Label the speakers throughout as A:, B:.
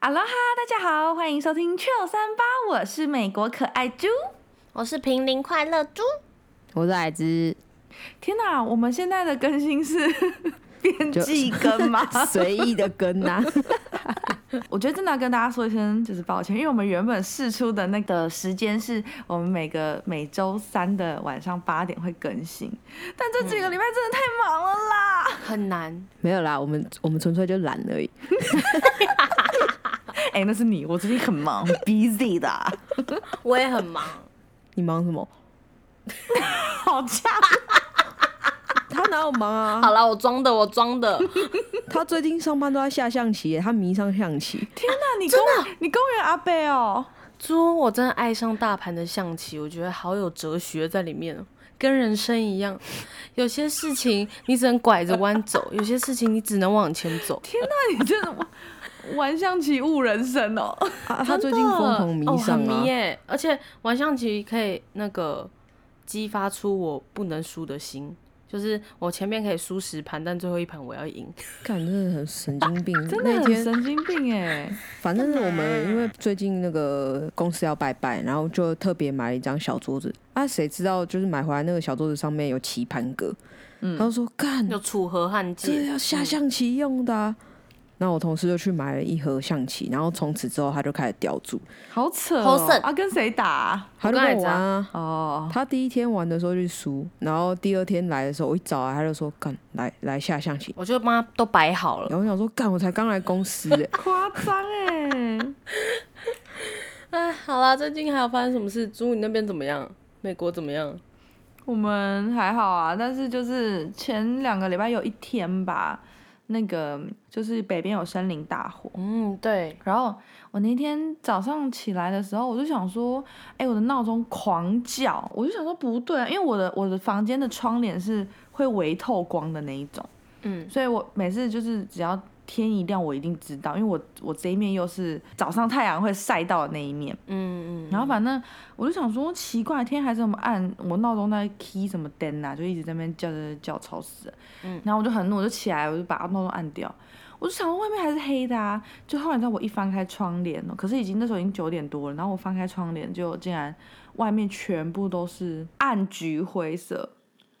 A: 阿罗哈，大家好，欢迎收听 Chill 三八，我是美国可爱猪。
B: 我是平林快乐猪，
C: 我是矮子，
A: 天哪，我们现在的更新是 边季更 吗？
C: 随意的跟啊呐、
A: 我觉得真的要跟大家说一声，就是抱歉，因为我们原本试出的那个时间是我们每个每周三的晚上八点会更新，但这几个礼拜真的太忙了啦。
B: 很难。
C: 没有啦，我们我们纯粹就懒而已。
A: 哎、那是你，我最近很忙很，busy 的啊、
B: 我也很忙，
C: 你忙什么？
A: 好呛。
C: 他哪有忙啊？
B: 好了，我装的，我装的，
C: 他最近上班都在下象棋耶，他迷上象棋。
A: 天哪，你公你公园阿贝哦，
B: 猪，我真的爱上大盘的象棋，我觉得好有哲学在里面哦，跟人生一样，有些事情你只能拐着弯 走，有些事情你只能往前走。
A: 天哪，你真的玩 玩象棋误人生哦。
C: 啊，他最近疯狂迷上
B: 真的哦、很
C: 啊
B: 迷。耶！而且玩象棋可以那个激发出我不能输的心，就是我前面可以输十盘，但最后一盘我要 赢。
C: 感真啊的很神经病。
A: 真的
C: 那
A: 很
C: 天，
A: 神经病哎！
C: 反正是我们因为最近那个公司要拜拜，然后就特别买了一张小桌子。啊，谁知道就是买回来那个小桌子上面有棋盘格，他就说干，
B: 有楚河汉
C: 这
B: 界，嗯
C: 要啊下象棋用的、啊。那我同事就去买了一盒象棋，然后从此之后他就开始雕注，
A: 好扯、
B: 好
A: 哦
B: 省，
A: 啊，跟谁打啊、
C: 他就跟我玩啊。
A: 哦，，
C: 他第一天玩的时候就输，然后第二天来的时候，我一早来啊他就说干来来下象棋，
B: 我就帮他都摆好了
C: 然。后我想说干我才刚来公司、 欸
A: 夸张哎！
B: 哎，好啦，最近还有发生什么事？猪，你那边怎么样？美国怎么样？
A: 我们还好啊，但是就是前两个礼拜有一天吧，那个就是北边有森林大火，
B: 嗯，对，
A: 然后我那天早上起来的时候，我就想说，哎、我的闹钟狂叫，我就想说不对、啊，因为我的我的房间的窗帘是会微透光的那一种。
B: 嗯，
A: 所以我每次就是只要天一亮，我一定知道，因为我我这一面又是早上太阳会晒到的那一面。
B: 嗯嗯，
A: 然后反正我就想说，奇怪，天还这么暗，我闹钟在 key 什么灯啊，就一直在那边叫叫叫，吵死了。
B: 嗯
A: 然后我就很怒，我就起来，我就把闹钟按掉。我就想说外面还是黑的啊，就后来你知道我一翻开窗帘哦，可是已经那时候已经九点多了，然后我翻开窗帘就竟然外面全部都是暗橘灰色，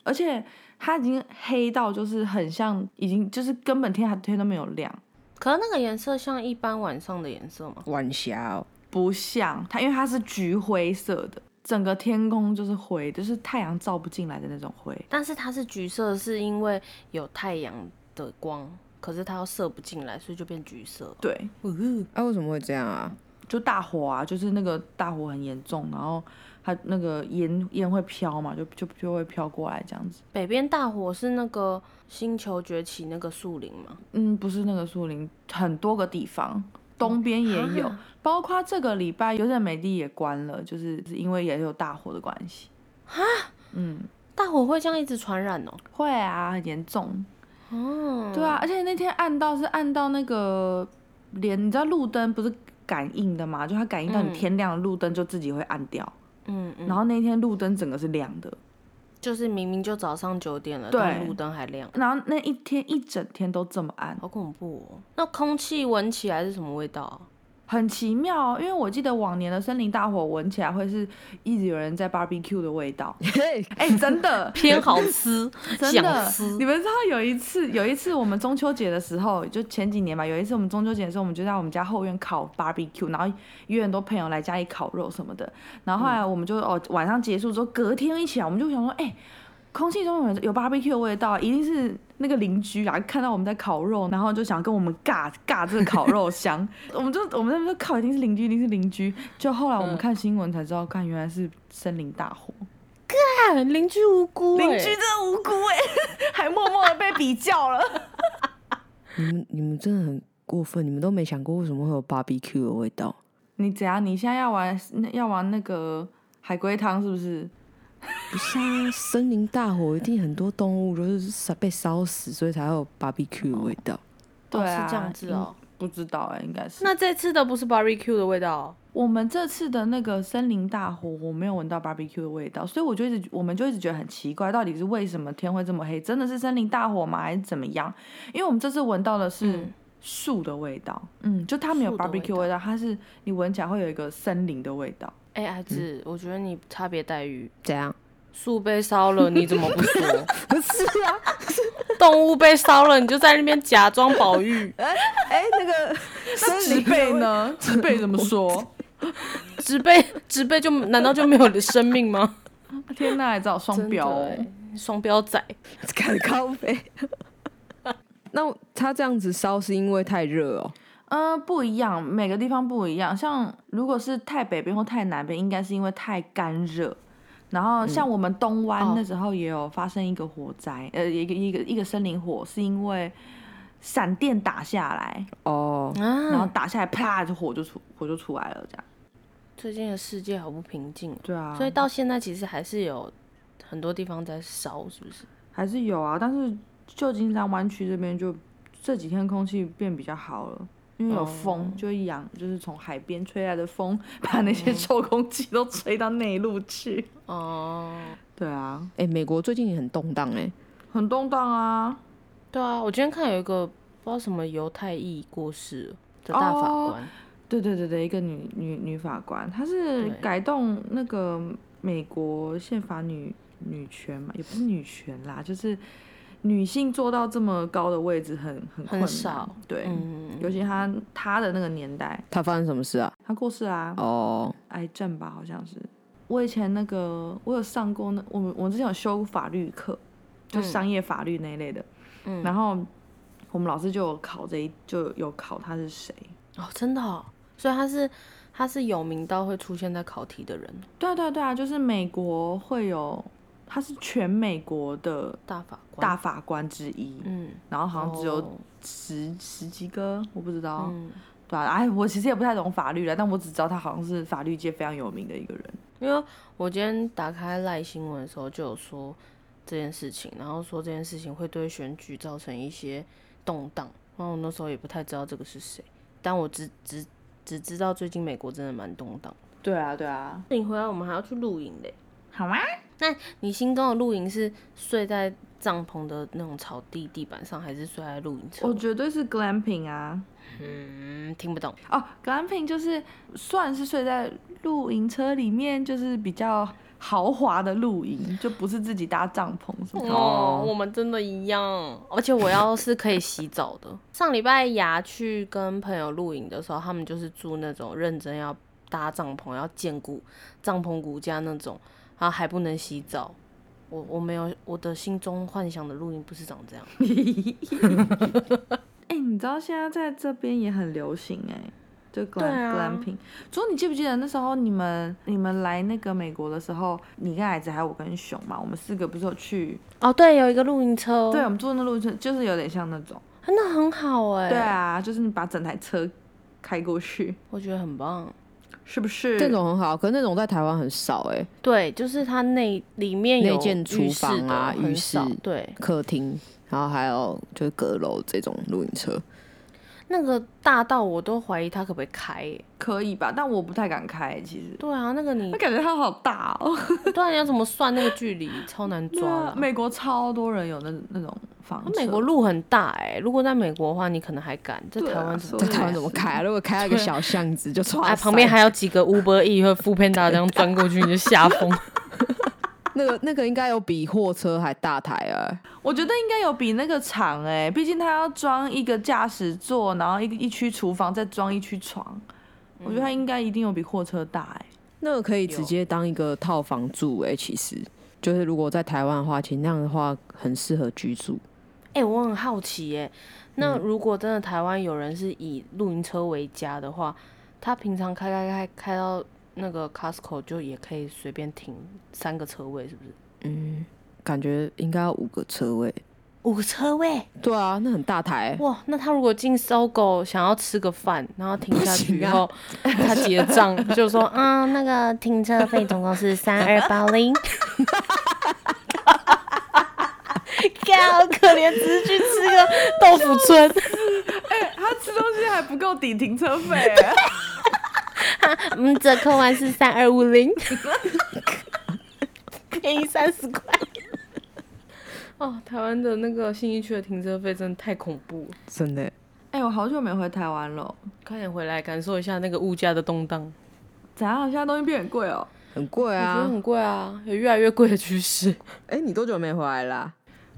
A: 而且它已经黑到就是很像已经就是根本天还天都没有亮，
B: 可是那个颜色像一般晚上的颜色吗？
C: 晚霞、哦，
A: 不像它，因为它是橘灰色的，整个天空就是灰，就是太阳照不进来的那种灰。
B: 但是它是橘色，是因为有太阳的光，可是它又射不进来，所以就变橘色。
A: 对，
B: 嗯，
C: 啊为什么会这样啊？
A: 就大火啊，就是那个大火很严重，然后它那个烟烟会飘嘛，就就就会飘过来这样子。
B: 北边大火是那个星球崛起那个树林吗？
A: 嗯，不是那个树林，很多个地方。东边也有，包括这个礼拜，有点美丽也关了，就是是因为也有大火的关系。嗯，
B: 大火会这样一直传染哦、
A: 会啊，很严重。
B: 哦，
A: 对啊，，而且那天按到是按到那个连你知道路灯不是感应的嘛，就它感应到你
B: 嗯
A: 天亮的路灯就自己会按掉，
B: 嗯嗯，
A: 然后那天路灯整个是亮的，
B: 就是明明就早上九点了，
A: 对
B: 但路灯还亮，
A: 然后那一天一整天都这么暗，
B: 好恐怖哦、那空气闻起来是什么味道啊、。
A: 很奇妙、哦。因为我记得往年的森林大火闻起来会是一直有人在 barbecue 的味道，
C: 嘿
A: 哎、真的
B: 偏好 吃，
A: 真
B: 想
A: 的
B: 吃，
A: 你们知道有一次，有一次我们中秋节的时候，就前几年吧，有一次我们中秋节的时候，我们就在我们家后院烤 barbecue，然后约很多朋友来家里烤肉什么的。然后后来我们就、哦，晚上结束之后，隔天一起来，我们就想说，哎、空气中有有 barbecue 的味道，一定是那个邻居啊看到我们在烤肉，然后就想跟我们尬 尬这个烤肉香。我们就我们在那边说靠，一定是邻居，一定是邻居。就后来我们
B: 嗯
A: 看新闻才知道，看原来是森林大火。
B: 看哎邻居无辜、欸，
A: 邻居真的无辜哎、还默默的被比较了。
C: 你们你们真的很过分，你们都没想过为什么会有 barbecue 的味道？
A: 你怎样？你现在要玩那要玩那个海龟汤是不是？
C: 不是啊，森林大火一定很多动物都是烧被烧死，所以才会有 barbecue 的味道。
A: 对啊，
B: 是这样子哦
A: 应。不知道哎、应该是。
B: 那这次的不是 barbecue 的味道哦、
A: 我们这次的那个森林大火，我没有闻到 barbecue 的味道，所以我就一直我们就一直觉得很奇怪，到底是为什么天会这么黑？真的是森林大火吗？还是怎么样？因为我们这次闻到的是
B: 嗯
A: 树的味道，嗯，就它没有
B: 树的味
A: barbecue
B: 道
A: 味道，它是你闻起来会有一个森林的味 道。
B: 哎、阿志，我觉得你差别待遇，
C: 怎样？
B: 树被烧了你怎么 不说？
C: 不是啊，
B: 动物被烧了你就在那边假装保育，
C: 哎、那个
A: 那
C: 森
A: 植
C: 林的
A: 被
C: 味？
A: 呢？植被怎么说？
B: 植被植被就难道就没有生命 吗？
A: 天哪，还找双
B: 真的
A: 标哦、
B: 欸，双标仔。
C: 敢高飞？那它这样子烧是因为太热哦，
A: 嗯，不一样，每个地方不一样。像如果是太北边或太南边，应该是因为太干热。然后像我们东湾
B: 哦
A: 那时候也有发生一个火灾，呃，一个一个一个森林火，是因为闪电打下来，
C: 哦，
A: 然后
B: 啊，
A: 打下来啪，就火就出火就出来了，这样。
B: 最近的世界好不平静哦、
A: 对啊，
B: 所以到现在其实还是有很多地方在烧，是不是？
A: 还是有啊，但是旧金山湾区这边就这几天空气变比较好了。因为有风
B: 哦
A: 就会养，就是从海边吹来的风，把那些臭空气都吹到内陆去。
B: 哦、
A: 对啊，
C: 哎、美国最近也很动荡哎、
A: 很动荡啊，
B: 对啊，我今天看有一个不知道什么犹太裔过世了的大法
A: 哦
B: 官，
A: 对对对对，一个女女女法官，她是
B: 对
A: 改动那个美国宪法女女权嘛，也不是女权啦，就是女性做到这么高的位置很很困
B: 很
A: 难，
B: 少
A: 对，
B: 嗯，
A: 尤其她她的那个年代，
C: 它发生什么事啊？
A: 她过世啊，
C: 哦，
A: 癌症吧，好像是。我以前那个，我有上过那，我们我们之前有修法律课，就
B: 嗯
A: 商业法律那一类的，
B: 嗯
A: 然后我们老师就有考这一，就有考他是谁，
B: 哦，真的、哦，所以他是他是有名到会出现在考题的人，
A: 对啊，对啊，对啊，就是美国会有，他是全美国的
B: 大法官，
A: 大法官之一，
B: 嗯，
A: 然后好像只有
B: 哦
A: 十、十几个，我不知道，
B: 嗯，
A: 对啊，哎，我其实也不太懂法律了，但我只知道他好像是法律界非常有名的一个人。
B: 因为我今天打开赖新闻的时候就有说这件事情，然后说这件事情会对选举造成一些动荡，然后我那时候也不太知道这个是谁，但我只只只知道最近美国真的蛮动荡。
A: 对啊，对啊，
B: 你回来我们还要去露营嘞。
A: 好啊，
B: 那你心中的露营是睡在帐篷的那种草地地板上，还是睡在露营车？
A: 我绝对是 glamping 啊，
B: 嗯，听不懂。
A: 哦，glamping 就是算是睡在露营车里面，就是比较豪华的露营，就不是自己搭帐篷什么的。
B: 哦，我们真的一样，而且我要是可以洗澡的。上礼拜牙去跟朋友露营的时候，他们就是住那种认真要搭帐篷、要建骨帐篷骨架那种，然后还不能洗澡。我我没有我的心中幻想的露营不是长这样。
A: 哎、你知道现在在这边也很流行哎、就 glam、
B: 对啊
A: glamping。所以你记不记得那时候你们你们来那个美国的时候，你跟矮子还有我跟熊嘛，我们四个不是有去？
B: 哦，对，有一个露营车，哦
A: 对，我，们坐那路车就是有点像那种。
B: 真的很好哎、
A: 对，啊，就是你把整台车开过去，
B: 我觉得很棒。
A: 是不是？
C: 这种很好，可是那种在台湾很少哎、
B: 对，就是它内里面有
C: 内建厨
B: 浴室
C: 房
B: 的
C: 啊
B: 很
C: 浴
B: 少
C: 室
B: 对，
C: 客厅，然后还有就是阁楼这种露营车，
B: 那个大到我都怀疑它可不可以开耶、
A: 可以吧？但我不太敢开，其实。
B: 对啊，那个你
A: 我感觉它好大哦。
B: 对啊，你要怎么算那个距离？超难抓
A: 对
B: 的
A: 啊
B: 啊、
A: 美国超多人有那那种房
B: 啊
A: 车。
B: 美国路很大哎、如果在美国的话，你可能还敢。在
A: 对啊
B: 台湾怎
A: 所
B: 么
A: 以
C: 在
B: 敢？
C: 台湾怎么 开啊？如果开到一个小巷子就出来，
B: 哎，旁边还有几个 Uber E 和 f o o Panda 这样钻过去，你就吓疯。
C: 那个那个应该有比货车还大台啊！
A: 我觉得应该有比那个长哎、毕竟它要装一个驾驶座，然后一个一区厨房，再装一区床。我觉得它应该一定有比货车大哎、
C: 那个可以直接当一个套房住哎、其实就是如果在台湾的话，其实那样的话很适合居住。
B: 哎、我很好奇哎、那如果真的台湾有人是以露营车为家的话，他平常开开开开到那个 Costco 就也可以随便停三个车位，是不是？
C: 嗯，感觉应该要五个车位。
B: 五个车位
C: 对啊，那很大台、
B: 哇！那他如果进搜狗想要吃个饭，然后停下去
C: 不行
B: 以
C: 啊
B: 后，他结账 就说啊、那个停车费总共是三二八 零。看，好可怜，只是去吃个豆腐村。
A: 他吃东西还不够抵停车费、
B: 嗯，折扣完是三二五 零，便宜三十块。哦，台湾的那个信义区的停车费真的太恐怖了。
C: 真的、
A: 哎、我我好久没回台湾了，
B: 快点回来感受一下那个物价的动荡。
A: 怎样？现在东西变很贵哦。
C: 很贵
B: 我觉得
C: 啊！
B: 很贵啊，有越来越贵的趋势。
C: 哎、你多久没回来啦、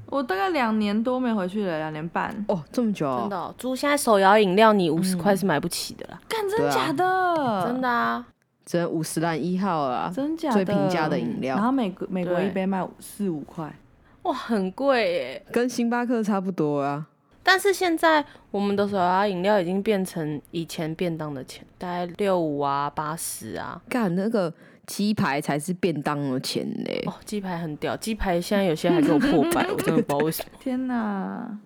A: 我大概两年多没回去了，两年半。
C: 哦，这么久、
B: 真的
C: 哦，
B: 哦、嗯猪现在手摇饮料你五十块是买不起的啦，
A: 干，真
C: 对啊
A: 假的？
B: 真
A: 的，
B: 的啊。
C: 只能五十兰一号了啊。
A: 真假的？
C: 最平价的饮料
A: 然后美国美国
B: 对
A: 一杯卖四五块，
B: 哇，很贵耶！
C: 跟星巴克差不多啊。
B: 但是现在我们的手摇饮料已经变成以前便当的钱，大概六五啊、八十啊。
C: 干那个鸡排才是便当的钱嘞、
B: 哦，鸡排很屌，鸡排现在有些还给我破百，我真的不知道为什么。
A: 天哪！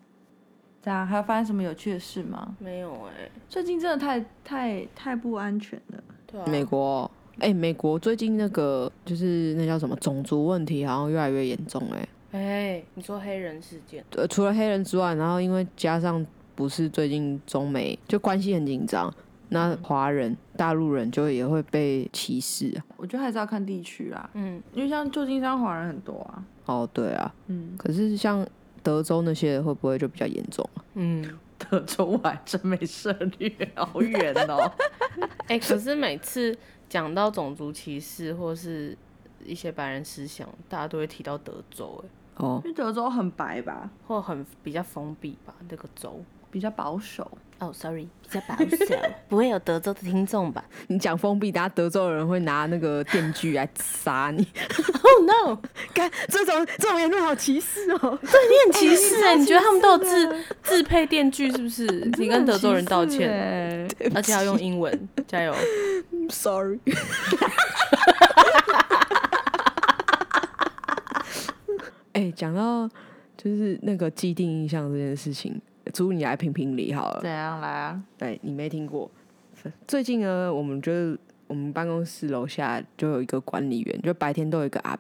A: 这样还有发生什么有趣的事吗？
B: 没有哎、
A: 最近真的太太太不安全了。
B: 对啊，
C: 美国哦，哎、美国最近那个就是那叫什么种族问题，好像越来越严重哎、
B: 哎、你说黑人事件，
C: 呃，除了黑人之外，然后因为加上不是最近中美就关系很紧张，那华人、大陆人就也会被歧视啊。
A: 我觉得还是要看地区啦，
B: 嗯，
A: 因为像旧金山华人很多啊。
C: 哦，对啊，
A: 嗯，
C: 可是像德州那些会不会就比较严重啊？
B: 嗯，
A: 德州 我还真没涉 猎，好远哦。
B: 哎、可是每次讲到种族歧视或是一些白人思想，大家都会提到德州、哎，
C: 哦
A: 因，为德州很白吧，
B: 或很比较封闭吧，那个州。
A: 比较保守。
B: 哦、s o r r y 比较保守，不会有德州的听众吧
C: 你讲封闭，大家德州人会拿那个电锯来杀你。
B: ？Oh no！
C: 干这种这种言论好歧视哦！
B: 你很歧视哎、你觉得他们都有自自配电锯是不 是？你跟德州人道
A: 真的
B: 歉，
A: 很歧视欸
B: 而且要用英文，加 油！
C: I'm sorry，哎、讲到就是那个既定印象这件事情，朱，你来评评理好了
A: 怎。样来啊？
C: 对，你没听过。最近呢，我们就是我们办公室楼下就有一个管理员，就白天都有一个阿伯，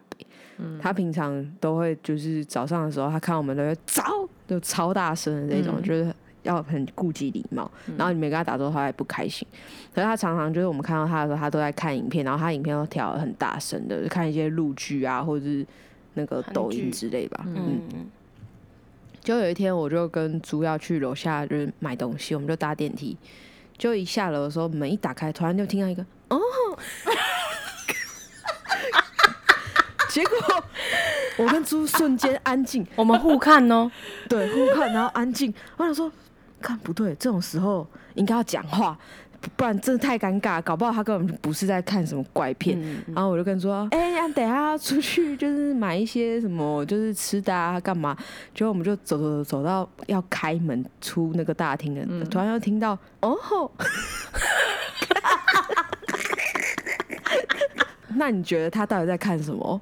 B: 嗯
C: 他平常都会就是早上的时候，他看我们都会早，就超大声的那
B: 嗯
C: 种，就是要很顾及礼貌。然后你没跟他打招呼，他也不开心。可是他常常就是我们看到他的时候，他都在看影片，然后他影片都调得很大声的，就看一些录剧啊，或者是那个
B: 韩
C: 抖音
B: 剧
C: 之类吧。嗯
B: 嗯，
C: 就有一天，我就跟猪要去楼下就是买东西，我们就搭电梯，就一下楼的时候，门一打开，突然就听到一个哦， 结果我跟猪瞬间安静，
B: 我们互看哦。
C: 对，互看然后安静。我想说，看不对，这种时候应该要讲话，不然真的太尴尬，搞不好他根本就不是在看什么怪片。
B: 嗯嗯
C: 然后我就跟说，哎、呀，等一下要出去就是买一些什么，就是吃的啊，干嘛？结果我们就走走走走到要开门出那个大厅了，
B: 嗯
C: 突然又听到哦 吼。那你觉得他到底在看什么？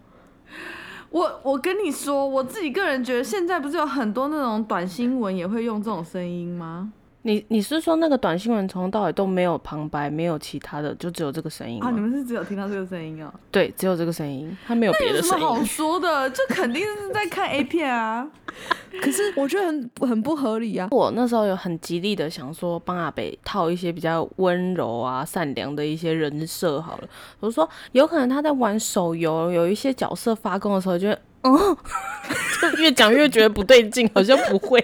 A: 我我跟你说，我自己个人觉得，现在不是有很多那种短新闻也会用这种声音吗？
B: 你你是说那个短新闻从头到尾都没有旁白，没有其他的，就只有这个声音吗
A: 啊，你们是只有听到这个声音哦、
B: 对，只有这个声音，它没有别
A: 有
B: 的
A: 什么
B: 声
A: 好
B: 音。
A: 说的？这肯定是在看 A 片啊！
C: 可是我觉得很很不合理啊！
B: 我那时候有很极力的想说帮阿北套一些比较温柔啊、善良的一些人设好了。我说有可能他在玩手游，有一些角色发功的时候就会，哦， 就越讲越觉得不对劲，好像不会。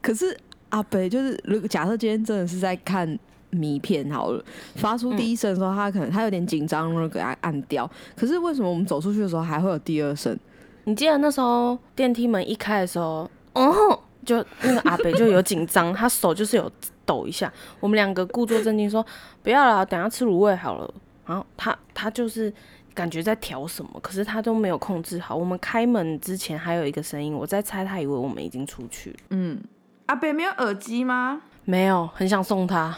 C: 可是阿北就是，如果假设今天真的是在看迷片好了，发出
B: 嗯
C: 第一声的时候，他可能他有点紧张，然后给他按掉。可是为什么我们走出去的时候还会有第二声？
B: 你记得那时候电梯门一开的时候，哦，就那个阿北就有紧张，他手就是有抖一下。我们两个故作镇定说不要啦，等一下吃卤味好了。然后他他就是感觉在调什么，可是他都没有控制好。我们开门之前还有一个声音，我在猜他以为我们已经出去，
A: 嗯，阿北没有耳机吗？
B: 没有，很想送他。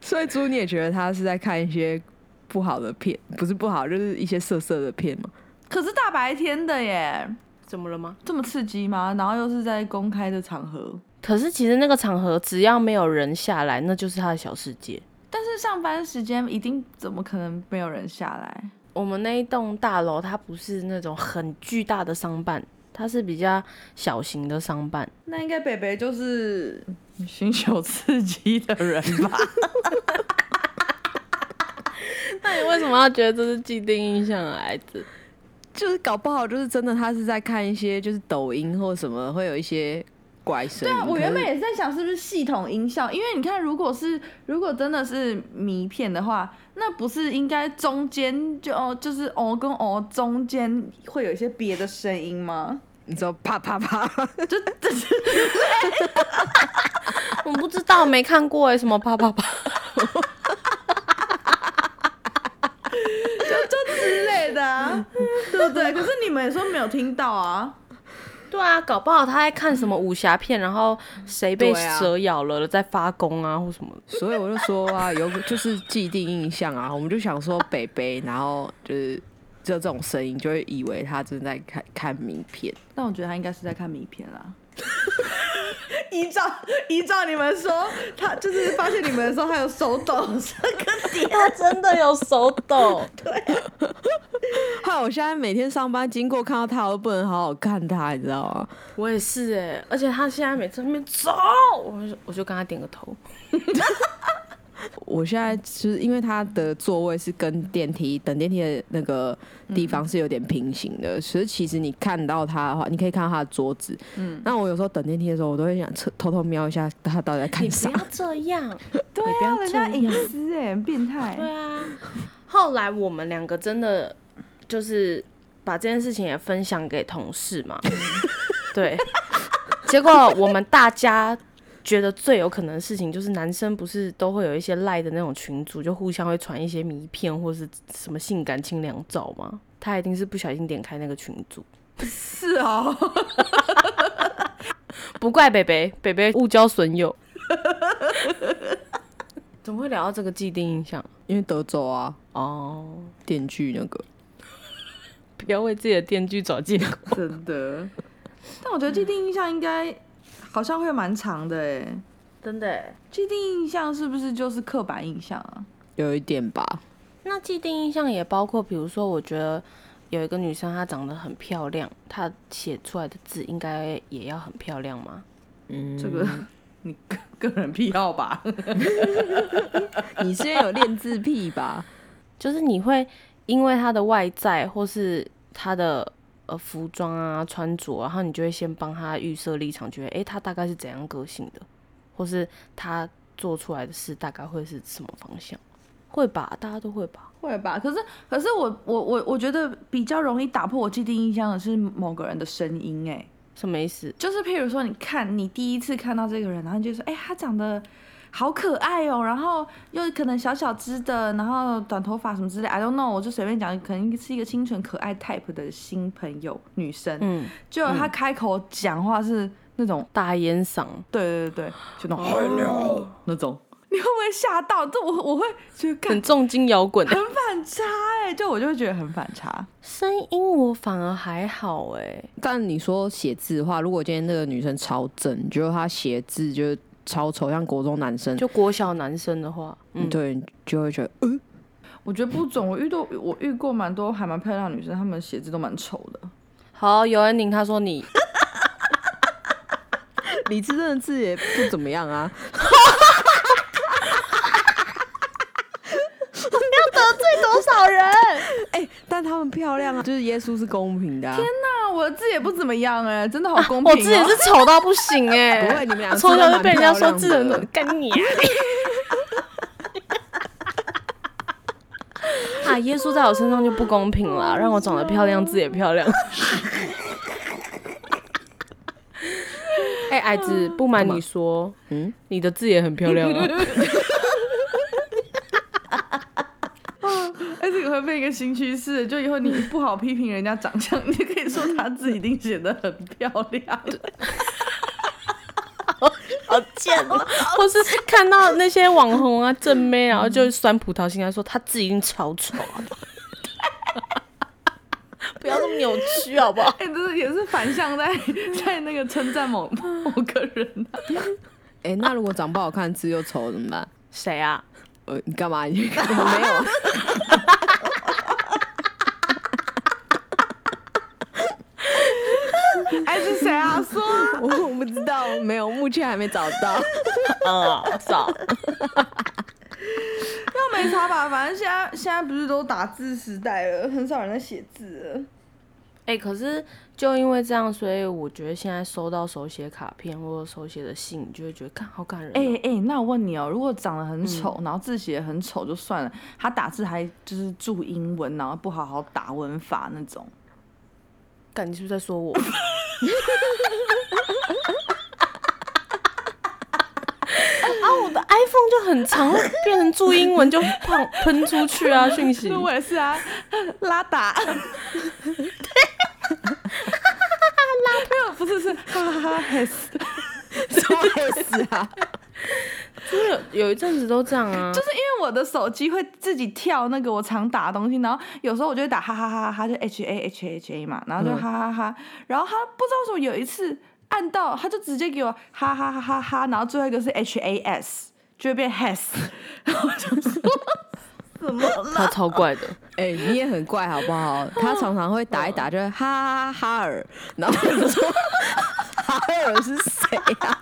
C: 所以猪，你也觉得他是在看一些不好的片，不是不好，就是一些色色的片嘛？
A: 可是大白天的耶，
B: 怎么了吗？
A: 这么刺激吗？然后又是在公开的场合，
B: 可是其实那个场合只要没有人下来，那就是他的小世界。
A: 但是上班时间一定怎么可能没有人下来？
B: 我们那一栋大楼它不是那种很巨大的商办，它是比较小型的商办。
A: 那应该北北就是寻求刺激的人吧？
B: 那你为什么要觉得这是既定印象的孩子？
C: 就是搞不好就是真的，他是在看一些就是抖音或什么，会有一些怪声
A: 对
C: 音。
A: 啊，我原本
C: 可是
A: 也是在想是不是系统音效，因为你看，如果是如果真的是迷片的话，那不是应该中间就哦就是哦跟哦中间会有一些别的声音吗？
C: 你知道啪啪啪，
B: 我不知道，没看过哎，什么啪啪 啪，
A: 就之类的、啊， 对不对？可是你们也说没有听到啊，
B: 对啊，搞不好他在看什么武侠片，然后谁被
C: 对啊
B: 蛇咬了在发功啊，或什么的。
C: 所以我就说啊，有就是既定印象啊，我们就想说北北，然后就是就这种声音，就会以为他正在看看名片。
A: 但我觉得他应该是在看迷片啦。 依照依照你们说，他就是发现你们说他有手抖这个点，
B: 他真的有手抖，
C: 害我现在每天上班经过看到他，我都不能好好看他，你知道吗？
B: 我也是哎、而且他现在每次在那边走，我就我就跟他点个头，
C: 我现在就是因为他的座位是跟电梯等电梯的那个地方是有点平行的，所以其实你看到他的话，你可以看到他的桌子。嗯，那我有时候等电梯的时候，我都会想侧偷偷瞄一下他到底 在
B: 你
C: 看啥
B: 不。要这样，
A: 对
B: 哎你不
A: 啊，
B: 要
A: 人
B: 这
A: 家
B: 样
A: 隐私哎、很变态。
B: 对啊，后来我们两个真的就是把这件事情也分享给同事 嘛，对，结果我们大家。觉得最有可能的事情就是男生不是都会有一些赖的那种群组，就互相会传一些迷片或是什么性感清凉照吗？他一定是不小心点开那个群组，
A: 是哦，
B: 不怪北北，北北误交损 友。怎么会聊到这个既定印象？
C: 因为德州啊，
B: 哦、
C: 电锯那个，
B: 不要为自己的电锯找借口。
A: 真的。但我觉得既定印象应该好像会蛮长的哎。
B: 真的？
A: 既定印象是不是就是刻板印象啊？
C: 有一点吧。
B: 那既定印象也包括，比如说，我觉得有一个女生她长得很漂亮，她写出来的字应该也要很漂亮吗？
C: 嗯，
A: 这个 你个个人癖好吧？
C: 你是因为有练字癖吧？
B: 就是你会因为她的外在或是她的呃服装啊、穿着，然后你就会先帮她预设立场，觉得诶，她大概是怎样个性的，或是她做出来的事大概会是什么方向，会吧？大家都会吧？
A: 会吧？可是可是我我我我觉得比较容易打破我既定印象的是某个人的声音哎、
B: 什么意思？
A: 就是譬如说，你看你第一次看到这个人，然后你就说，哎、他长得好可爱哦，然后又可能小小只的，然后短头发什么之类，I don't know，我就随便讲，可能是一个清纯可爱 type 的新朋友女生，
B: 嗯，
A: 结果她开口讲话是那种，
B: 大烟嗓。
A: 对对对对， 就那种、那种，你会不会吓到？这我我会觉得干
B: 很重金摇滚，
A: 很反差哎、就我就会觉得很反差。
B: 声音我反而还好哎、
C: 但你说写字的话，如果今天那个女生超正，你觉得她写字就是超丑，像国中男生，
B: 就国小男生的话，嗯，
C: 对，你就会觉得，呃，
A: 我觉得不准，我遇到我遇过蛮多还蛮漂亮的女生，她们写字都蛮丑的。
B: 好，尤恩宁他说你，
C: 李智正的字也不怎么样啊。
A: 多少 人？
C: 哎、但她们漂亮啊，就是耶稣是公平的、啊。
A: 那我的字也不怎么样哎、真的好公平、
B: 我
A: 哦。
B: 自己是丑到 不行哎、
C: 不会你们俩
B: 从
C: 字
B: 小
C: 都
B: 就被人
C: 蛮
B: 家
C: 漂
B: 说
C: 亮
B: 智人
C: 的
B: 怎么干 你啊！啊，耶稣在我身上就不公平了，让我长得漂亮，字也漂 亮。哎、矮子，不瞒你说，嗯
C: 嗯，
B: 你的字也很漂亮啊。
A: 哎，这个会变一个新趋势，就以后你不好批评人家长相，你就可以说她字一定写得很漂亮。
B: 好贱哦！或是看到那些网红啊、正妹，然后就酸葡萄心，他说他自己已经超丑啊。 不要这么扭曲好不好？
A: 哎，这也是反向在 在那个称赞某某个人、 啊。
C: 哎、那如果长不好看，字又丑怎么办？
B: 谁 啊？
C: 呃，你干嘛？ 你我没有。
A: 哎，是谁啊？说啊
C: 我我不知道，没有，目前还没找到。
B: 呃，少。
A: 又没差吧？反正现在现在不是都打字时代了，很少人在写字了。
B: 哎、哎、可是就因为这样，所以我觉得现在收到手写卡片或者手写的信，你就会觉得，看好感人、哦。
A: 哎、哎、那我问你哦，如果长得很丑，然后字写得很丑就算了，他打字还就是注英文，然后不好好打文法那种，
B: 干你是不是在说我？啊，我的 iPhone 就很长，变成注英文就胖喷出去啊，讯息。
A: 我也是啊， 拉打。拉 没有，不是是哈哈哈 S，
C: 笑死啊！
B: 真的有有一阵子都这样啊，
A: 就是因为我的手机会自己跳那个我常打的东西，然后有时候我就会打哈哈哈哈，就 H A H A H A 嘛，然后就
C: 嗯
A: 哈哈哈，然后他不知道为什么有一次按到，他就直接给我哈哈哈哈哈，然后最后一个是 H A S，就会变 has，然后我就说怎么了？
B: 他超怪的。
C: 哎、你也很怪好不好？他常常会打一打，就会哈哈哈尔，然后你说哈尔是谁啊？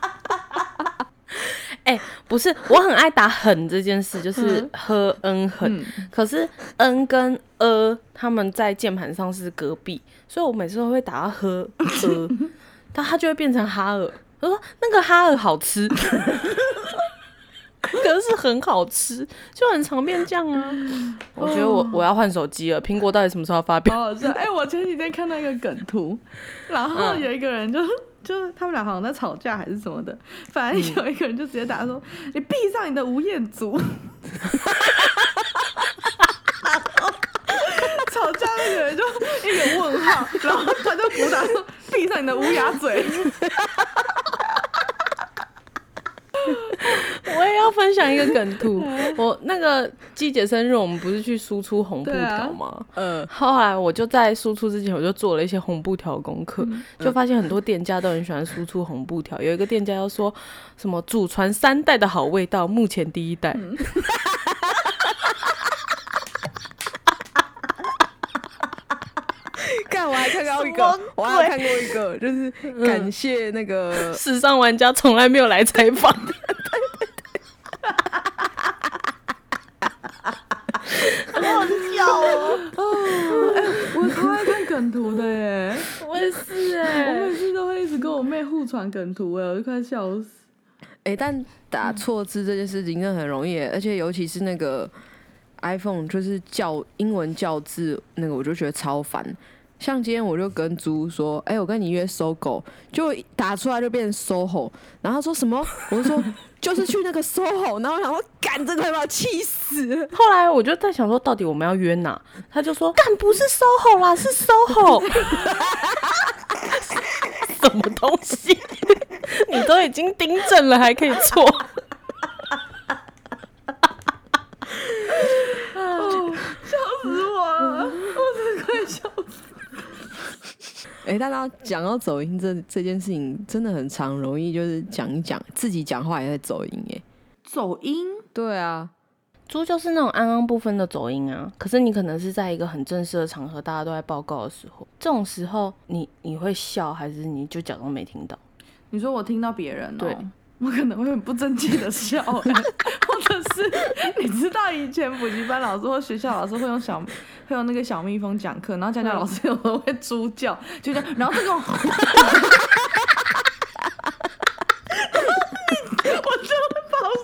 B: 哎、不是，我很爱打“狠”这件事，就是呵嗯狠。可是嗯跟呃，他们在键盘上是隔壁，所以我每次都会打到呵呃，但它就会变成哈尔。我说那个哈尔好吃，可是很好吃，就很常变这样啊。我觉得我我要换手机了，苹果到底什么时候要发表？
A: 好好笑！哎、我前几天看到一个梗图， 然后有一个人就、 就是他们俩好像在吵架还是什么的， 反正有一个人就直接打说：“你闭上你的吴彦祖。” 吵架那个人就一脸问号，然后他就鼓打说：“闭上你的乌鸦 嘴。
B: 我也要分享一个梗图。 我那个季姐生日，我们不是去输出红布
A: 对啊
B: 条吗？
C: 呃，
B: 后来我就在输出之前，我就做了一些红布条的功课，就发现很多店家都很喜欢输出红布条。有一个店家要说什么“祖传三代的好味道”，目前第一代。
C: 看我还看到一个，我还有看过一个，就是感谢那个
B: 时尚玩家从来没有来采访。
A: 我超爱看梗图的耶，
B: 我也是哎、
A: 我每次都会一直跟我妹互传梗图
B: 欸
A: 哎，我就快笑死。
C: 哎、但打错字这件事情真的很容易耶，而且尤其是那个 iPhone，就是叫英文叫字那个，我就觉得超烦。像今天我就跟猪说，哎、我跟你约搜狗，就打出来就变成 SOHO，然后他说什么，我就说就是去那个 SOHO，然后我想说，干这个快把我气死了，
B: 后来我就在想说，到底我们要约哪？他就说：“干不是 SOHO 啦，是 SOHO。” 什么东西？ 你都已经订正了，还可以错？
A: 笑死我了，我真的快笑死。
C: 哎、大家讲到走音这这件事情，真的很常容易就是讲一讲自己讲话也在走音，哎，
A: 走音。
C: 对啊，
B: 猪就是那种安安不分的走音啊。可是你可能是在一个很正式的场合，大家都在报告的时候，这种时候你你会笑，还是你就假装没听到？
A: 你说我听到别人哦、
B: 对
A: 我可能会很不争气的 笑、欸或者是你知道以前补习班老师或学校老师会用小会用那个小蜜蜂讲课，然后讲讲老师有时候会猪叫，就这样，然后这个我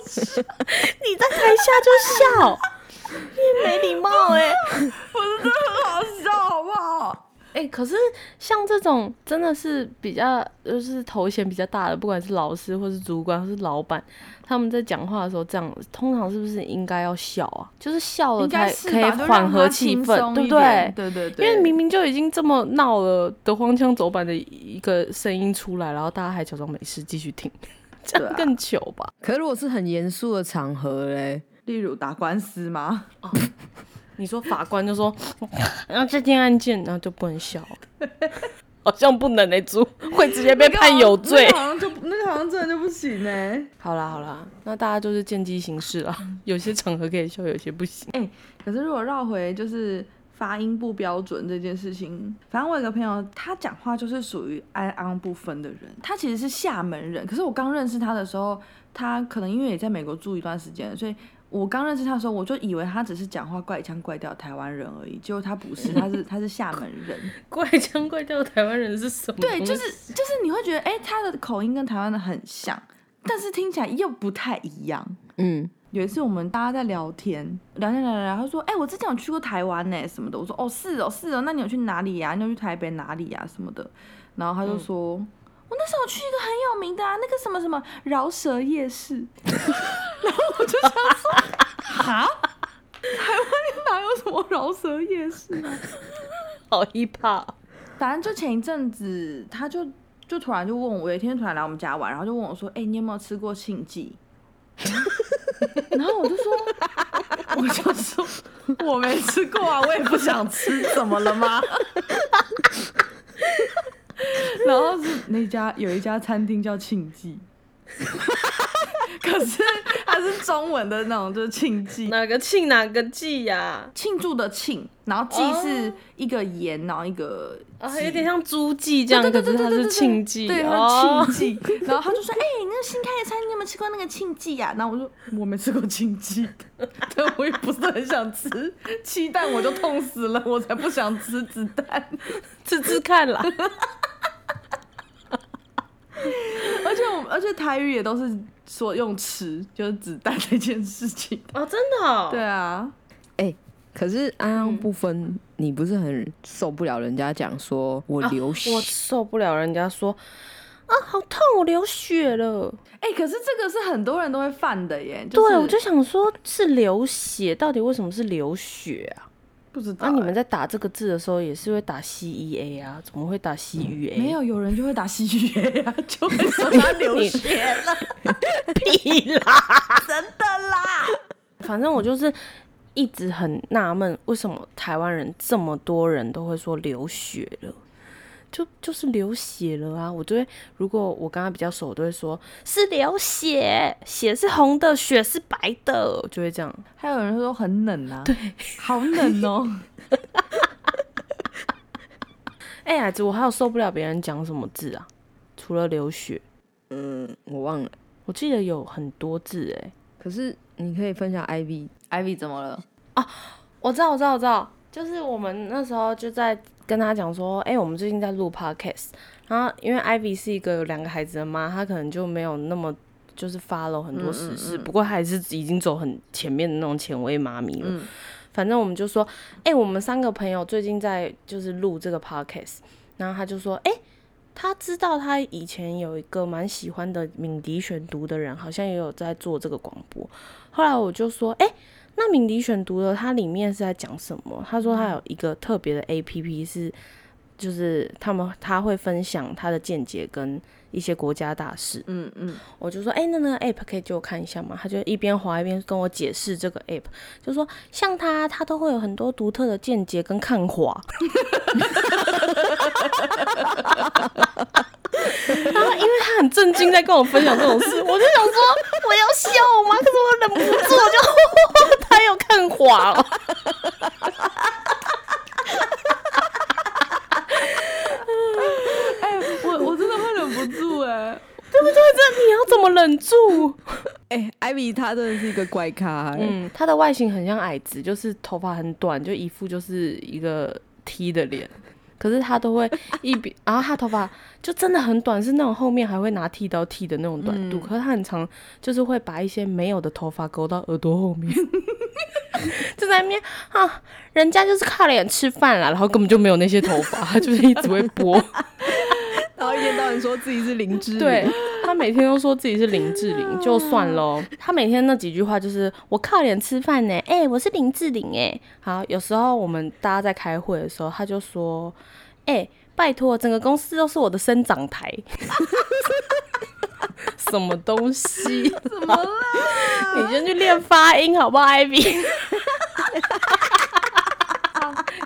B: 你在台下就笑，你也没礼貌 哎、
A: 我是真的很好笑，好不好？
B: 哎、可是像这种真的是比较就是头衔比较大的，不管是老师或是主管或是老板，他们在讲话的时候这样，通常是不是应该要笑啊？就是笑了
A: 应该
B: 才
A: 是
B: 可以
A: 吧就
B: 缓
A: 让
B: 和
A: 他
B: 气
A: 轻
B: 氛，
A: 松
B: 对
A: 一
B: 不
A: 点
B: 对？
A: 对对
B: 因
A: 对，
B: 为明明就已经这么闹了的荒腔走板的一个声音出来，然后大家还假装没事继续听，这
A: 对
B: 样
A: 啊
B: 更糗吧？
C: 可是如果是很严肃的场合嘞，
A: 例如打官司 吗？
B: 你说法官就 说，然后这件案件，然后就不能笑 了，好像不能哎、欸，猪会直接被判有罪
A: 那。个好像就那个好像真的就不行哎、
B: 好啦好啦，那大家就是见机行事啦，有些场合可以笑，有些不行。
A: 可是如果绕回就是发音不标准这件事情，反正我有个朋友，他讲话就是属于安安不分的人。他其实是厦门人，可是我刚认识他的时候，他可能因为也在美国住一段时间了，所以。我刚认识他的时候，我就以为他只是讲话怪腔怪调的台湾人而已，结果他不是，他是他是厦门人。
B: 怪腔怪调的台湾人是什么？
A: 对，就是就是你会觉得，哎、他的口音跟台湾的很像，但是听起来又不太一样。
C: 嗯，
A: 有一次我们大家在聊天，聊天聊聊聊，他说：“哎、我之前有去过台湾呢、什么的。”我说：“哦，是哦，是哦，那你有去哪里呀、你有去台北哪里呀、什么的。”然后他就说：“我那时候有去一个很有名的啊，那个什么什么饶舌夜市。”然后我就 想说：“啊，台湾哪有什么饶舌夜市啊？”
B: 好 hip hop。
A: 反正就前一阵子，他就就突然就问我，有一天突然来我们家玩，然后就问我说：“哎、你有没有吃过庆记？” 然后我就说，我就说我没吃过啊，我也不想吃，怎么了吗？ 然后是那家有一家餐厅叫庆记，可是它是中文的那种，就是庆记，
B: 哪个庆哪个记呀、
A: 庆祝的庆，然后记是一个言，然后一个
B: 啊？
A: 记
B: 有点像诸暨这样，
A: 对对
B: 可
A: 对
B: 是
A: 对
B: 它
A: 对
B: 是
A: 对
B: 庆记，
A: 对，
B: 哦
A: 他是庆记。 然后他就说：“哎、你那个新开的餐厅，你有没有吃过那个庆记呀？”然后我说：“我没吃过庆记， 但我也不是很想吃鸡蛋，我就痛死了，我才不想吃子弹。
B: 吃吃看啦。
A: 而且我们，而且台语也都是说用吃，就是子弹这件事情。
B: 哦，真的、哦？
A: 对，啊，
C: 哎、可是安
A: 嗯
C: 安不分，你不是很受不了人家讲说我流血？
A: 啊
B: 我受不了人家说啊，好痛，我流血了。
A: 哎、可是这个是很多人都会犯的耶。就是、
B: 对，我就想说，是流血，到底为什么是流血啊？
A: 不知道
B: 那、
A: 哎、
B: 你们在打这个字的时候，也是会打 C E A 啊？怎么会打 C U A？
A: 哎
B: 啊
A: 没有有人就会打戏剧呀，就会说他流 血了，
B: 屁啦！
A: 真的啦。
B: 反正我就是一直很纳闷，为什么台湾人这么多人都会说流血了。就就是流血了啊！我就会，如果我跟他比较熟，我都会说是流血，血是红的，血是白的，就会这样。
A: 还有人说很冷啊，对，好冷 哦。
B: 哎、呀，子，我还有受不了别人讲什么字啊？除了流血，
C: 嗯，我忘了。
B: 我记得有很多字哎、
C: 可是你可以分享 IV
A: Ivy 怎么了？
B: 我知道，我知道，我知道，就是我们那时候就在跟他讲说，哎、我们最近在录 podcast，然后因为 Ivy 是一个有两个孩子的妈，她可能就没有那么就是 follow 很多时事，不过还是已经走很前面的那种前卫妈咪了。
A: 嗯
B: 反正我们就说，哎、我们三个朋友最近在就是录这个 podcast，然后他就说，哎、他知道他以前有一个蛮喜欢的敏迪选读的人，好像也有在做这个广播。后来我就说，哎、那敏迪选读的它里面是在讲什么？他说他有一个特别的 A P P 是，就是他们他会分享他的见解跟一些国家大事。
A: 嗯嗯，
B: 我就说，哎、那那个 app 可以借我看一下吗？他就一边滑一边跟我解释这个 app，就说像他，他都会有很多独特的见解跟看法。 然后因为他很震惊在跟我分享这种事，我就想说我要笑吗？可是我忍不住，我就 他有看法哦。
A: 哎、我我真的会忍不住哎、
B: 对不对？这你要怎么忍住？
C: 哎、艾米她真的是一个怪咖、欸
B: 嗯，他的外形很像矮子，就是头发很短，就一副就是一个 T 的脸。可是他都会一边， 然后他头发就真的很短，是那种后面还会拿剃刀剃的那种短度。可是他很长，就是会把一些没有的头发勾到耳朵后面， 就在那边啊，人家就是靠脸吃饭啦，然后根本就没有那些头发，他就是一直会拨。
C: 然后一天到晚说自己是林 志
B: 对他每天都说自己是林志玲，就算哦喽。他每天那几句话就是我靠脸吃饭呢，哎、我是林志玲哎、好，有时候我们大家在开会的时候，他就说，哎、拜托，整个公司都是我的生长台。 什么东西？
A: 怎么了？
B: 你先去练发音好不好，Ivy？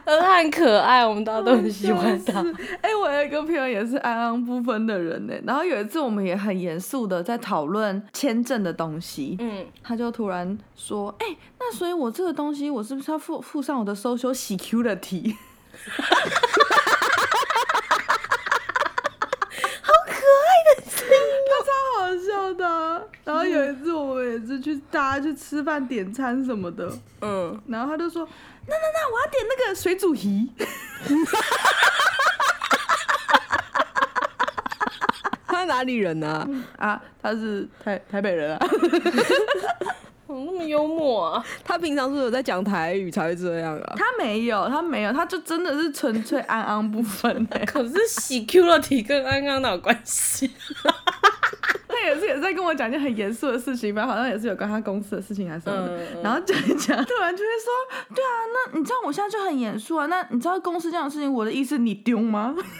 B: 可是他很可爱，我们大家都很喜欢他。
A: 哎、我有一个朋友也是安安不分的人呢、然后有一次我们也很严肃的在讨论签证的东西，
B: 嗯，
A: 他就突然说：“哎、那所以我这个东西我是不是要附附上我的 social security？”
B: 哦
A: 好可爱的声音、他超好笑的啊、然后有一次我们也是去去大家去吃饭点餐什么的，
B: 嗯，
A: 然后他就说：“那那那，我要点那个水煮鱼。”
C: 他哪里人啊？
A: 啊，他是台台北人啊，
B: 怎么那么幽默啊？
C: 他平常是有在讲台语才会这样啊。
A: 他没有，他没有，他就真的是纯粹安安不分哎、
B: 可是喜 Q 肉体跟安安哪有关 系？
A: 他也是也是在跟我讲一件很严肃的事情吧，好像也是有关他公司的事情还是什么的。
B: 嗯 嗯
A: 然后讲一讲，突然就会说：“对啊，那你知道我现在就很严肃啊，那你知道公司这样的事情，我的意思你丢吗？”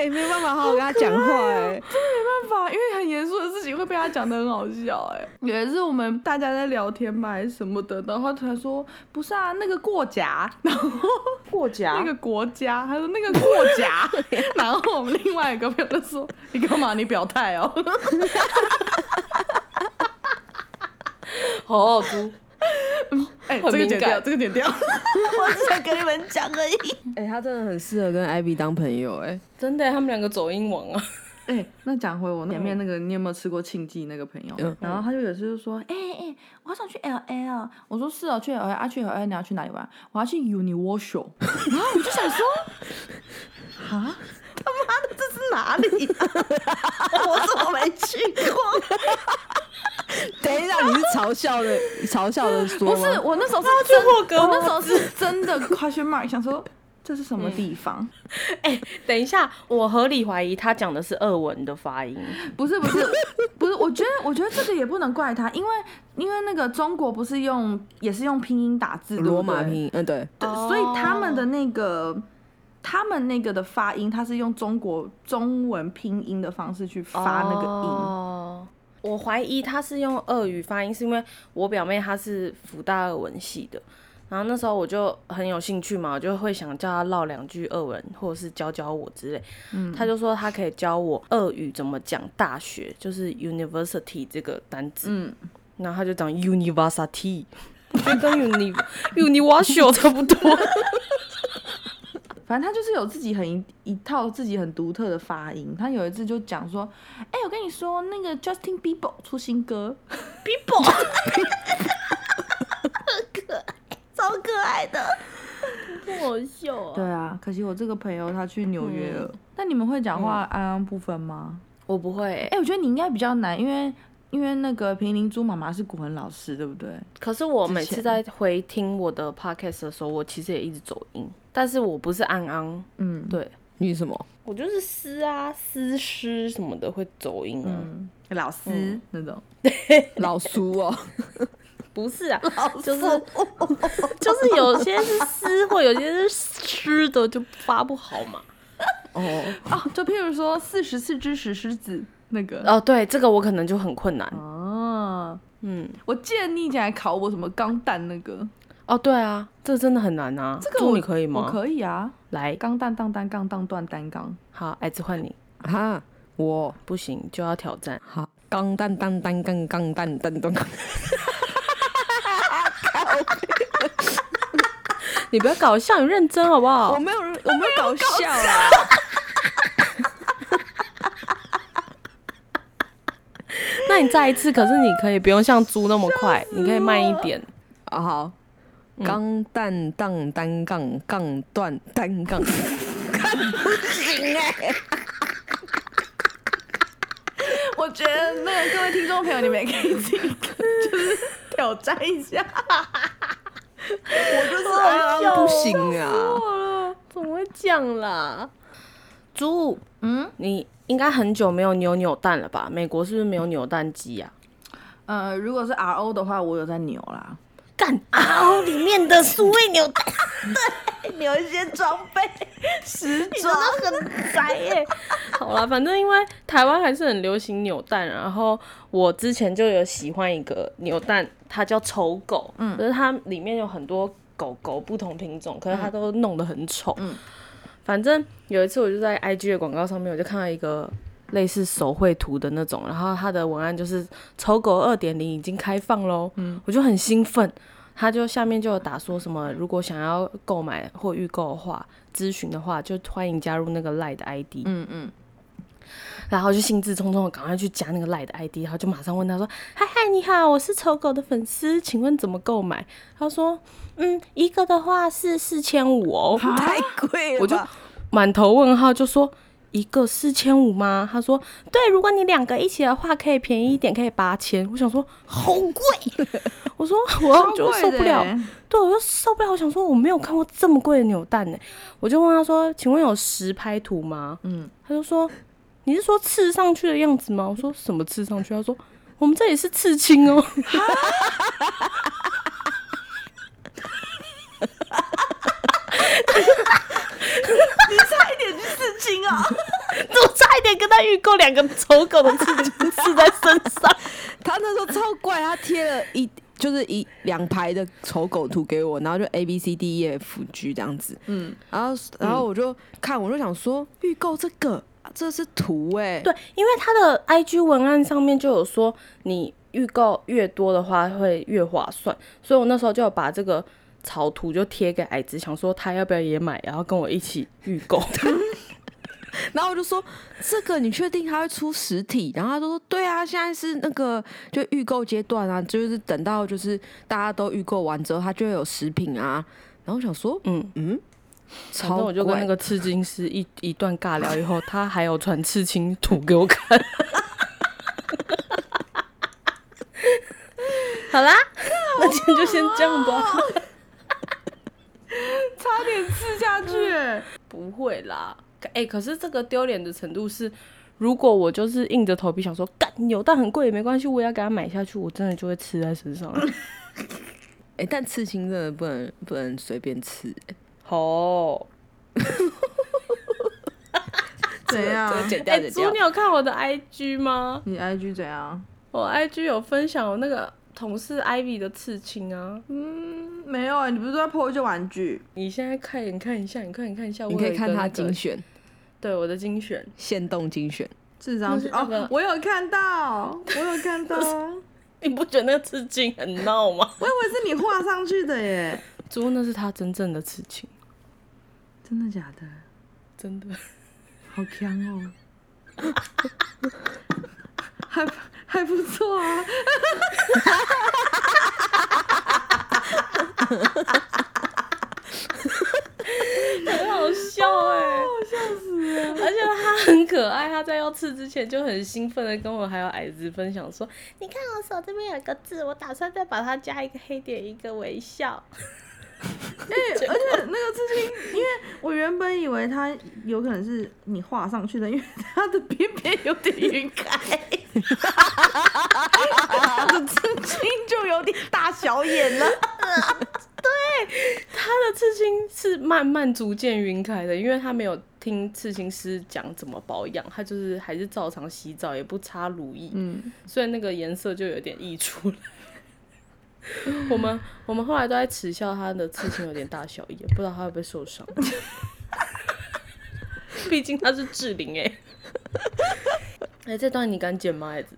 C: 哎、没办法好好跟他讲话哎、
A: 欸没办法，因为很严肃的事情会被他讲的很好笑哎、有一次我们大家在聊天嘛还是什么的，然后他突然说：“不是啊，那个过夹， 然后
B: 过夹
A: 那个国家，他说那个过 夹，然后我们另外一个朋友就说：“你干嘛？你表态哦。”
B: 好好猪，
A: 哎、
B: 很
A: 这个
B: 敏
A: 剪掉，
B: 感
A: 这个剪掉。 我只想跟你们讲而已。
C: 哎、他真的很适合跟艾比当朋友哎、
B: 真的，他们两个走音王啊！
A: 哎、那讲回我前面那个，你有没有吃过庆记那个朋友？
C: 嗯
A: 然后他就有次就说：“哎、哎、哎，我好想去 L A 啊！”我说：“是哦，去 L A 啊，去 L A 你要去哪里玩？我要去 Universal。”然 后我就想说：“啊，他妈的，这是哪里、我怎么没去过？”
C: 等一下，你是嘲笑的，嘲笑的说
A: 不
C: 吗
A: 是，我那时候是
B: 去
A: 真，
B: 霍格
A: 我那
B: 沃
A: 时候是真的 question mark，想说这是什么地方？
B: 哎、 等一下，我合理怀疑他讲的是俄文的发音。
A: 不是不是 不是，我觉得我觉得这个也不能怪他，因为因为那个中国不是用也是用拼音打字，对不对
C: 罗马拼，音，嗯，对，
A: 对，所以他们的那个。他们那个的发音，他是用中国中文拼音的方式去发那个音。
B: 哦、我怀疑他是用俄语发音，是因为我表妹她是福大俄文系的，然后那时候我就很有兴趣嘛，我就会想叫她唠两句俄文，或者是教教我之类。嗯，她就说她可以教我俄语怎么讲大学，就是 university 这个单字。
A: 嗯，
B: 然后她就讲 university。就 跟 uni universal 差不多，
A: 反正他就是有自己很一一套自己很独特的发音。他有一次就讲说：“哎、我跟你说，那个 Justin Bieber 出新歌，
D: 超可爱的。
B: 好笑啊！
A: 对啊，可惜我这个朋友他去纽约了。
B: 嗯
A: 那你们会讲话安安不分吗？
B: 我不会欸、
A: 哎、我觉得你应该比较难，因为因为那个平林猪妈妈是古文老师，对不对？
B: 可是我每
A: 之前
B: 次在回听我的 podcast 的时候，我其实也一直走音，但是我不是昂昂，
A: 嗯，
B: 对
C: 你什么？
B: 我就是诗啊、诗诗什么的会走音啊，
A: 老师、
B: 嗯
A: 那种。
C: 老苏哦，
B: 不是 啊，就是就是有些是诗，或有些是诗的就发不好嘛。
C: 哦，
A: 哦，就譬如说四十四只石狮子那个。
B: 哦，对，这个我可能就很困难。
A: 哦，
B: 嗯，
A: 我记得你以前还考我什么钢蛋那个，
B: 哦，对啊，这个真的很难啊。
A: 这个
B: 猪
A: 我
B: 你可以吗？
A: 我可以啊，
B: 来，
A: 钢蛋当单杠当断单杠。
B: 好，矮子换你，
C: 哈，我
B: 不行就要挑战。
C: 好，钢蛋蛋蛋杠钢蛋蛋蛋。
B: 你不要搞笑，你认真好不好？
C: 我没有，我没有搞笑啦。
B: 那你再一次，可是你可以不用像猪那么快，你可以慢一点。
C: 啊好，钢蛋蛋单杠杠断单杠，
A: 我觉得那个各位听众朋友，你们也可以 自己就是挑战一下。
C: 我就是安安不行啊。
B: 怎么会这样啦？猪，
A: 嗯，
B: 你应该很久没有扭扭蛋了吧？美国是不是没有扭蛋机啊？
A: 呃，如果是 R O 的话，我有在扭啦。
B: 干，
D: 哦，里面的数位扭蛋，对，扭一些装备，时装很宅耶。
B: 好啦，反正因为台湾还是很流行扭蛋，然后我之前就有喜欢一个扭蛋，它叫丑狗，嗯，可是它里面有很多狗狗不同品种，可是它都弄得很丑，嗯，反正有一次我就在 IG 的广告上面，我就看到一个。类似手绘图的那种，然后它的文案就是“丑狗二点零已经开放喽”，嗯，我就很兴奋，他就下面就有打说什么，如果想要购买或预购的话，咨询的话，就欢迎加入那个 Line 的 ID，
A: 嗯嗯，
B: 然后就兴致冲冲的赶快去加那个赖的 ID，然后就马上问他说：“嗨嗨，你好，我是丑狗的粉丝，请问怎么购买？”他说：“嗯，一个的话是四千五哦。”
C: 太贵了吧，
B: 我就满头问号，就说一个四千五吗？他说对，如果你两个一起的话，可以便宜一点，可以八千。我想说好贵，我说我就受不
C: 欸
B: 了，
A: 欸
B: 对，我就受不了。我想说我没有看过这么贵的扭蛋呢、我就问他说，请问有实拍图吗？嗯，他就说你是说刺上去的样子吗？我说什么刺上去？他说我们这里是刺 青哦。
A: 你差一点去刺青啊！
B: 我差一点跟他预购两个丑狗的刺青刺在身上。
C: 他那时候超怪，他贴了一就是一两排的丑狗图给我，然后就 A B C D E F G 这样子，嗯，然后然后我就看，我就想说预购这个啊这是图哎、
B: 对，因为他的 IG 文案上面就有说，你预购越多的话会越划算，所以我那时候就有把这个草图就贴给矮子，想说他要不要也买，然后跟我一起预购。
C: 然后我就说这个你确定他会出实体？然后他就说对啊，现在是那个就预购阶段啊，就是等到就是大家都预购完之后，他就会有食品啊。然后我想说，嗯嗯，
B: 反
C: 超
B: 正我就跟
C: 贵
B: 那个刺青师一一段尬聊以后，他还有传刺青图给我看。 好啦，那今天就先这样吧。
A: 差点刺下去、欸
B: 不会啦，哎、可是这个丢脸的程度是，如果我就是硬着头皮想说，干扭蛋很贵也没关系，我也要给它买下去，我真的就会吃在身 上。
C: 哎、但刺青真的不能不能随便 刺、欸，
B: 哦，
A: 怎样
C: 这？个剪掉
B: 哎、
C: 剪
B: 猪，
C: 掉
B: 你。有看我的 IG 吗？
A: 你 IG 怎样？
B: 我 IG 有分享我那个同事 Ivy 的刺青啊，
A: 嗯，没有啊、你不是都在 PO 一些玩具？
B: 你现在看，你看一下，你看，你看一下，
C: 你
B: 我
C: 可
B: 有
C: 以
B: 一
C: 看
B: 个
C: 他
B: 那个
C: 精选，
B: 对我的精选，
C: 限动精选，
A: 智商
B: 是那个
A: 哦，我有看到，我有看 到，我
B: 你不觉得那个刺青很闹吗？
A: 以为是你画上去的耶，
B: 猪，那是他真正的刺青，
A: 真的假的？
B: 真的。
A: 好强哦， 还不还不错 啊。
B: 很好笑哎、笑死了！而且他很可爱，他在要吃之前就很兴奋的跟我还有矮子分享说：“你看我手这边有个字，我打算再把它加一个黑点，一个微笑。
A: 对，而且那个刺青，因为我原本以为它有可能是你画上去的，因为它的边边有点晕 开，它的刺青就有点大小眼了。”
B: 他的刺青是慢慢逐渐晕开的，因为他没有听刺青师讲怎么保养，他就是还是照常洗澡，也不擦乳液，
A: 嗯，
B: 所以那个颜色就有点溢出来。我们我们后来都在耻笑他的刺青有点大小眼，不知道他会不会受 伤。毕竟他是志玲哎、哎、这段你敢剪吗？孩子，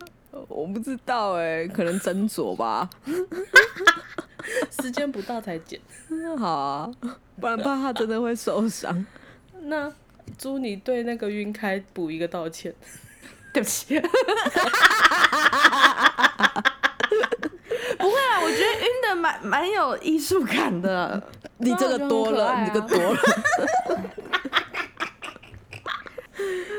C: 我不知道哎、可能斟酌吧。
B: 时间不到才剪。
C: 好啊，不然怕他真的会受伤。
B: 那猪，你对那个晕开补一个道歉。
A: 对不起。 不会啊，我觉得晕的蛮蛮有艺术感的。
C: 你这个多了，
B: 当然
C: 你
B: 就
C: 这
B: 很
C: 个
B: 可
C: 多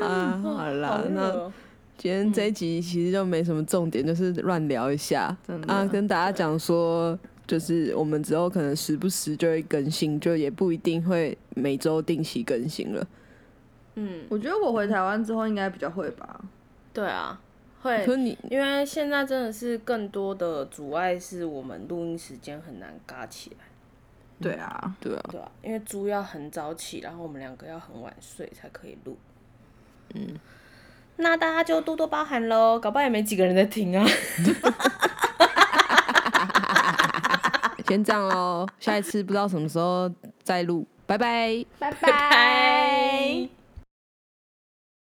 C: 了。啊，好啦，那
B: 热哦
C: 今天这一集其实就没什么重点，就是乱聊一下
A: 真，的
C: 啊，跟大家讲说，就是我们之后可能时不时就会更新，就也不一定会每周定期更新了。
B: 嗯，
A: 我觉得我回台湾之后应该比较会吧。
B: 对啊，会
C: 可是你
B: 因为现在真的是更多的阻碍是我们录音时间很难嘎起来，
A: 对啊，
C: 对啊，
B: 对啊，因为猪要很早起，然后我们两个要很晚睡才可以录。嗯，那大家就多多包涵喽，搞不好也没几个人在 听啊。
C: 先这样喽，下一次不知道什么时候再录，拜拜。
A: 拜
B: 拜。